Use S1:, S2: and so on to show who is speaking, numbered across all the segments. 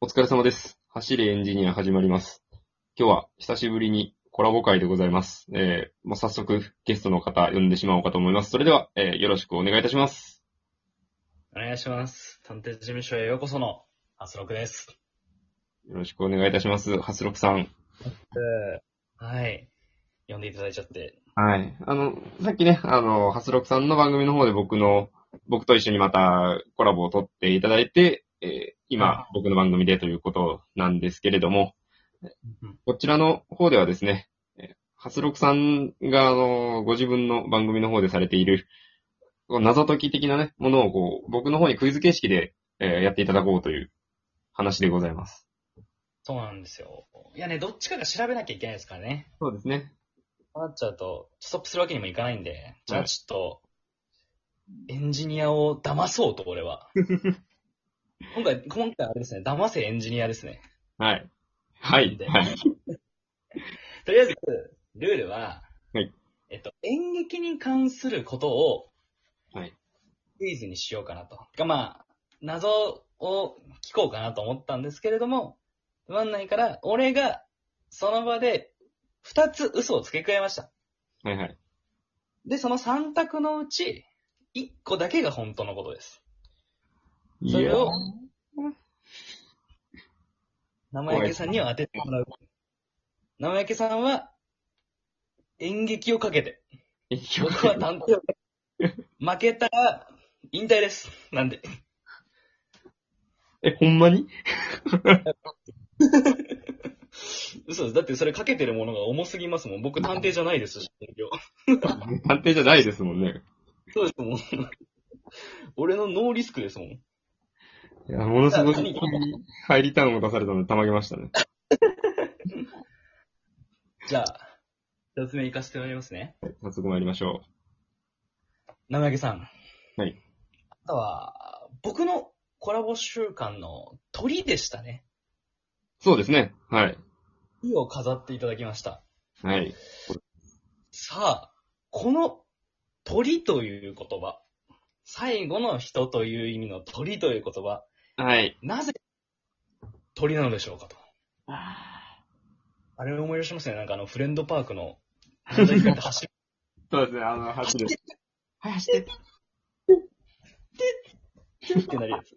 S1: お疲れ様です。走れエンジニア始まります。今日は久しぶりにコラボ会でございます。えー、もう早速ゲストの方呼んでしまおうかと思います。それでは、えー、よろしくお願いいたします。
S2: お願いします。探偵事務所へようこその、アスロクです。
S1: よろしくお願いいたします。ハスロクさん。
S2: はい。呼んでいただいちゃって。
S1: はい。あの、さっきね、あの、ハスロクさんの番組の方で僕の、僕と一緒にまたコラボを取っていただいて、えー今、僕の番組でということなんですけれども、こちらの方ではですね、えーハスロクさんが、あの、ご自分の番組の方でされている、こう謎解き的なね、ものをこう、僕の方にクイズ形式で、えーやっていただこうという話でございます。
S2: そうなんですよ。いやね、どっちかが調べなきゃいけないですからね。
S1: そうですね。
S2: そうなっちゃうと、ストップするわけにもいかないんで、じゃあちょっと、エンジニアを騙そうと、俺は。今回、今回あれですね、騙せエンジニアですね。
S1: はい。はい。
S2: で
S1: はい。
S2: とりあえず、ルールは、
S1: はい
S2: えっと、演劇に関することを、
S1: はい
S2: クイズにしようかなと。が、まあ、謎を聞こうかなと思ったんですけれども、つまんないから、俺が、その場で、二つ嘘を付け加えました。
S1: はいはい。
S2: で、その三択のうち、一個だけが本当のことです。それを、生焼けさんには当ててもらう。生焼けさんは、演劇をかけて、
S1: いや
S2: 僕は担当。負けたら、引退です。なんで。
S1: え、ほんまに
S2: 嘘です。だってそれかけてるものが重すぎますもん。僕探偵じゃないですし、勉強
S1: 探偵じゃないですもんね。
S2: そうですもん。俺のノーリスクですもん。
S1: いや、ものすごい
S2: 何
S1: 入りターンを出されたので、たまげましたね。
S2: じゃあ、一つ目いかせてもらいますね。
S1: はい早速参りましょ
S2: 生揚げさん。
S1: はい。
S2: あとは、僕のコラボ週間の鳥でしたね。
S1: う。そうですね。はい。
S2: 鳥を飾っていただきました。
S1: はい。
S2: さあ、この鳥という言葉。最後の人という意味の鳥という言葉。
S1: はい。
S2: なぜ鳥なのでしょうかと。あれを思い出しますね。なんかあの、フレンドパークの、 謎解きがあって走る。
S1: そうですね、あの、走る。はい、走って。
S2: ってなるやつ。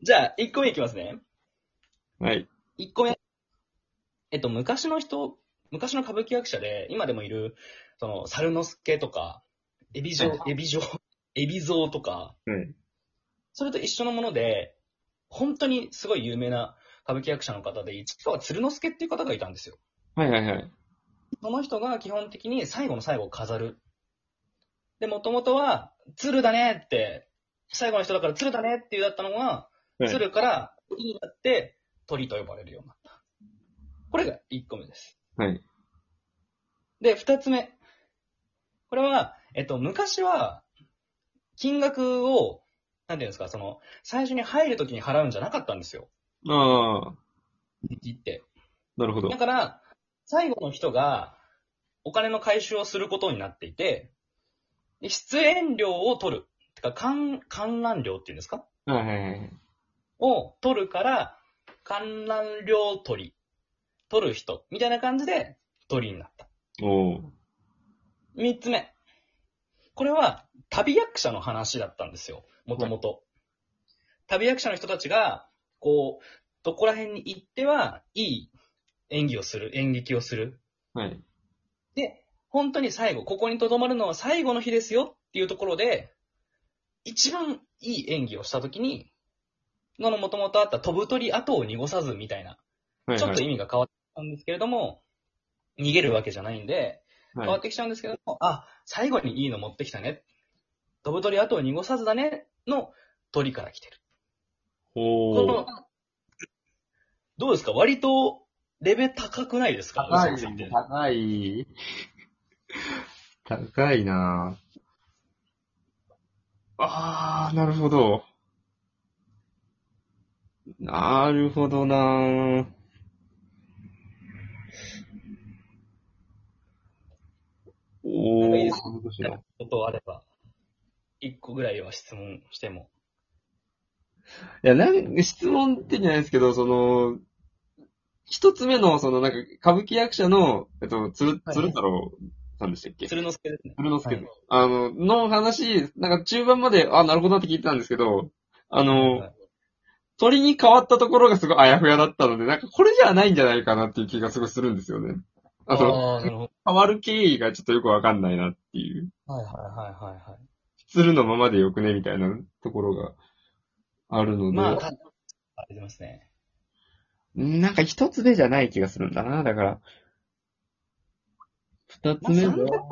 S2: じゃあ、1個目いきますね。
S1: はい。
S2: 1個目。えっと、昔の人、昔の歌舞伎役者で、今でもいる、その、猿之助とか、エビ
S1: は
S2: 城
S1: い、
S2: エビ城、エビ像とか、
S1: はい。
S2: それと一緒のもので、本当にすごい有名な歌舞伎役者の方で、市川鶴之助っていう方がいたんですよ。
S1: はいはいはい。
S2: その人が基本的に最後の最後を飾る。で、もともとは、鶴だねって、最後の人だから鶴だねっていうだったのが、
S1: はい
S2: 鶴から鳥になって鳥と呼ばれるようになった。これが1個目です。
S1: はい。
S2: で、2つ目。これは、えっと、昔は、金額を、なんていうんですか、その、最初に入るときに払うんじゃなかったんですよ。
S1: ああ、
S2: 切って。
S1: なるほど
S2: だ。から、最後の人がお金の回収をすることになっていて、で出演料を取る。てか、観観覧料っていうんですか
S1: はいはいはい。
S2: を取るから、観覧料取り。取る人。みたいな感じで、取りになった。
S1: おー。
S2: 三つ目。これは、旅役者の話だったんですよ。もともと。旅役者の人たちが、こう、どこら辺に行っては、いい演技をする、演劇をする。
S1: はい。
S2: で、本当に最後、ここに留まるのは最後の日ですよっていうところで、一番いい演技をしたときに、のの元々あった飛ぶ鳥後を濁さずみたいな、
S1: はいはい。
S2: ちょっと意味が変わったんですけれども、逃げるわけじゃないんで、変わ
S1: は
S2: ってきちゃうんですけども、あ、最後にいいの持ってきたね。飛ぶ鳥後を濁さずだねの鳥から来てる。
S1: い。
S2: こ
S1: おー。、
S2: のどうですか割と、レベル高くないですか
S1: 高
S2: 嘘ついて
S1: い。高い。高いなぁ。ああ、なるほど。なるほどなぁ。お
S2: なんか
S1: ー、
S2: いいです
S1: そういうことしよう
S2: ことあれば、一個ぐらいは質問しても。
S1: いや、なん質問ってじゃないですけど、その、一つ目の、そのなんか、歌舞伎役者の、えっと、鶴、
S2: はい
S1: 鶴太郎さんでしたっけ、
S2: 鶴之助ですね。
S1: 鶴之助、
S2: はい
S1: あの、の話、なんか中盤まで、あ、なるほどなって聞いてたんですけど、あの、
S2: はい
S1: 鳥に変わったところがすごいあやふやだったので、なんかこれじゃないんじゃないかなっていう気がすごいするんですよね。あの、
S2: あー、なるほ
S1: 変わる経緯がちょっとよくわかんないなっていう。
S2: ど。はいはいはいはい、はい。
S1: 鶴のままでよくねみたいなところがあるので、
S2: まあ、たありますね。
S1: なんか一つ目じゃない気がするんだな、だから。二つ
S2: まあ、
S1: 目
S2: 三択
S1: は、
S2: の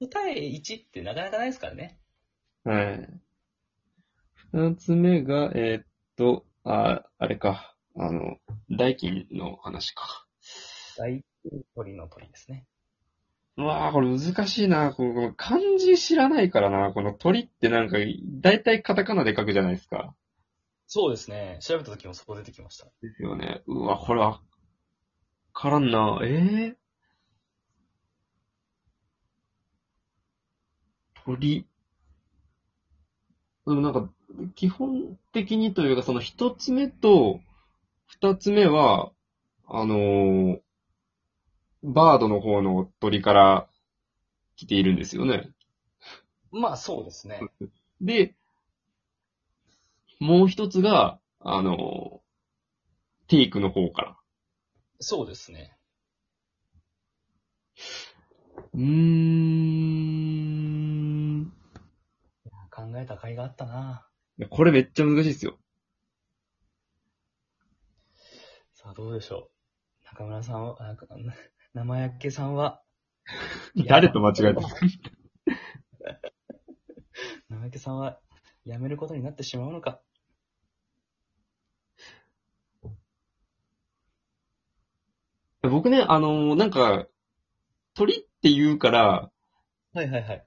S2: 答え1ってなかなかないですからね。
S1: はい。二つ目が、えーっと、あ、あれか。あの、代金の話か。
S2: 大鳥の鳥ですね。
S1: うわあ、これ難しいな。このこの漢字知らないからな。この鳥ってなんか、だいたいカタカナで書くじゃないですか。
S2: そうですね。調べた時もそこ出てきました。
S1: ですよね。うわ、これわからんな。ええ鳥。でもなんか、基本的にというか、その一つ目と二つ目は、あのーバードの方の鳥から来ているんですよね。
S2: まあ、そうですね。
S1: で、もう一つが、あのーテイクの方から。
S2: そうですね。
S1: うーん。
S2: 考えた甲斐があったな。
S1: いやこれめっちゃ難しいですよ。
S2: さあ、どうでしょう。中村さんは、あな生焼けさんは、
S1: 誰と間違え たんですか
S2: 生焼けさんは、辞めることになってしまうのか。
S1: 僕ね、あのーなんか、鳥って言うから、
S2: はいはいはい。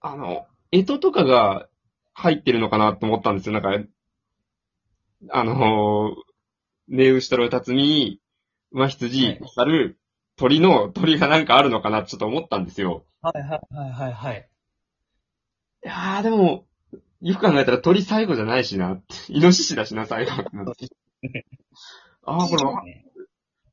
S1: あの、干支とかが入ってるのかなと思ったんですよ。なんか、あのー、ネウシトロタツミ、馬
S2: は
S1: 羊
S2: い、
S1: 猿、鳥の鳥がなんかあるのかなってちょっと思ったんですよ。
S2: はいはいはいはいはい。
S1: いやーでも、よく考えたら鳥最後じゃないしなって。イノシシだしな、最後。 ああ、これわ
S2: ね。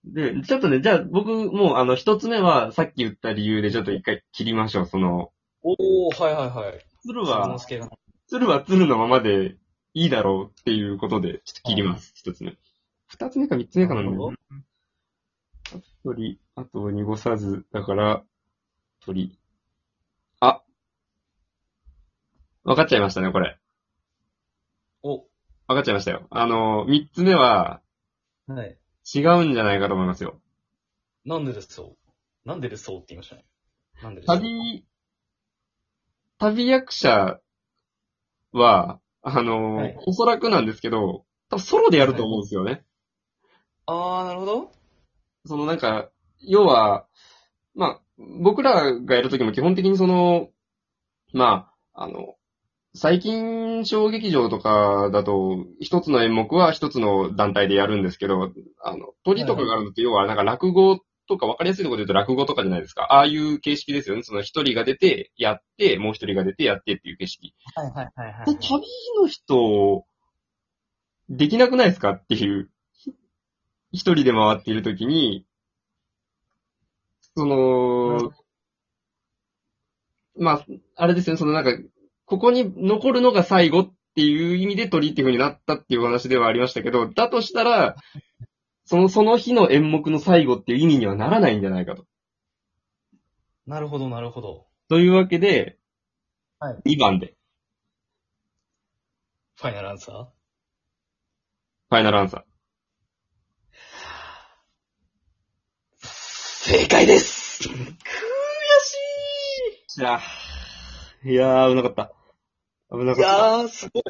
S1: で、ちょっとね、じゃあ僕、もうあの、一つ目は、さっき言った理由でちょっと一回切りましょう。その、
S2: おー、はいはいはい。
S1: 鶴
S2: 鶴
S1: は
S2: 之、助が。
S1: 鶴は鶴のままでいいだろうっていうことで、ちょっと切ります。一つ目。二つ目か三つ目かなんだよな鳥、あとを濁さず、だから、鳥。あ。わかっちゃいましたね、これ。
S2: お、
S1: わかっちゃいましたよ。あの、三つ目は、
S2: はい。
S1: 違うんじゃないかと思いますよ。
S2: なんでですそうなんでですそうって言いましたね。なんでですそう
S1: 旅、旅役者は、あの、
S2: はい
S1: おそらくなんですけど、多分ソロでやると思うんですよね。
S2: あー、なるほど。
S1: そのなんか、要は、まあ、僕らがやるときも基本的にその、まあ、あの、最近小劇場とかだと、一つの演目は一つの団体でやるんですけど、あの、鳥とかがあるのって要はなんか落語とか分かりやすいところで言うと落語とかじゃないですか。ああいう形式ですよね。その一人が出てやって、もう一人が出てやってっていう形式。
S2: はいはいはいは
S1: で旅の人、できなくないですかっていう。一人で回っているときに、その、まあ、あれですよね、そのなんか、ここに残るのが最後っていう意味で鳥っていう風になったっていうお話ではありましたけど、だとしたら、その、その日の演目の最後っていう意味にはならないんじゃないかと。
S2: なるほどなるほど。
S1: というわけで、
S2: は
S1: 2番で、
S2: ファイナルアンサー
S1: ファイナルアンサー。
S2: 正解です悔し
S1: いやー、いやー、危なかった。危ない
S2: い
S1: かった。
S2: やー、すごい。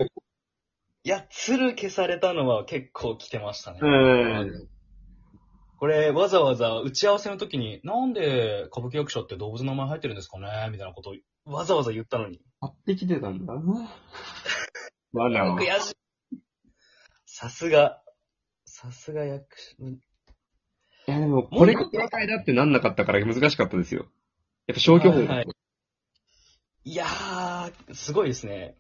S2: いや、鶴消されたのは結構来てましたね。
S1: うん。
S2: これ、わざわざ打ち合わせの時に、なんで歌舞伎役者って動物の名前入ってるんですかねみたいなことをわざわざ言ったのに。
S1: 買ってきてたんだな。わな
S2: 悔しい。さすが。さすが役者。
S1: いやでも、これが正解だってなんなかったから難しかったですよ。やっぱ消去法。
S2: はいいやー、すごいですね。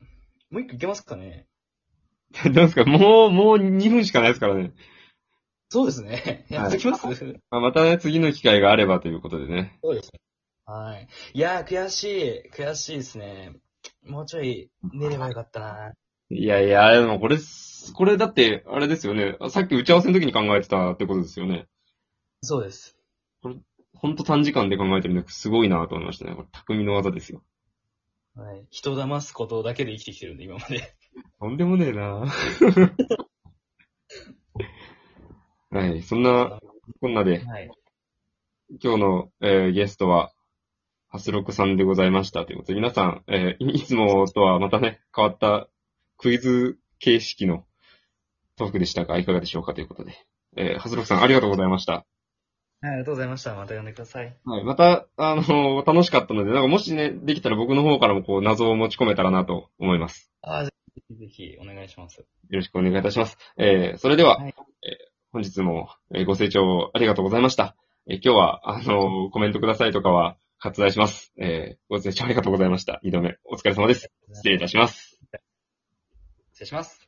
S2: もう一個いけますかね
S1: なんですかもう、もう2分しかないですからね。
S2: そうですね。やっときます、
S1: まあ、またね、次の機会があればということでね。
S2: そうですね。はい。いやー、悔しい。悔しいですね。もうちょい寝ればよかったな。
S1: いやいや、でもこれ、これだって、あれですよね。さっき打ち合わせの時に考えてたってことですよね。
S2: そうです。
S1: ほんと短時間で考えてるんですごいなと思いましたね。これ、匠の技ですよ。
S2: はい。人を騙すことだけで生きてきてるんで、今まで。
S1: とんでもねえ なはい、そんな、こんなで、
S2: はい。
S1: 今日の、えーゲストは、ハスロクさんでございましたということで、皆さん、えーいいつもとはまたね、変わったクイズ形式のトークでしたが、いかがでしょうかということで。えーハスロクさん、ありがとうございました。
S2: はい、ありがとうございました。また呼んでください。
S1: はい、また、あの楽しかったので、なんかもしね、できたら僕の方からもこう、謎を持ち込めたらなと思います。
S2: あーぜひぜひお願いします。
S1: よろしくお願いいたします。えーそれでは、
S2: はい
S1: えー本日もえーご清聴ありがとうございました。えー今日は、あのーコメントくださいとかは割愛します。えーご清聴ありがとうございました。二度目、お疲れ様です。失礼いたします。
S2: 失礼します。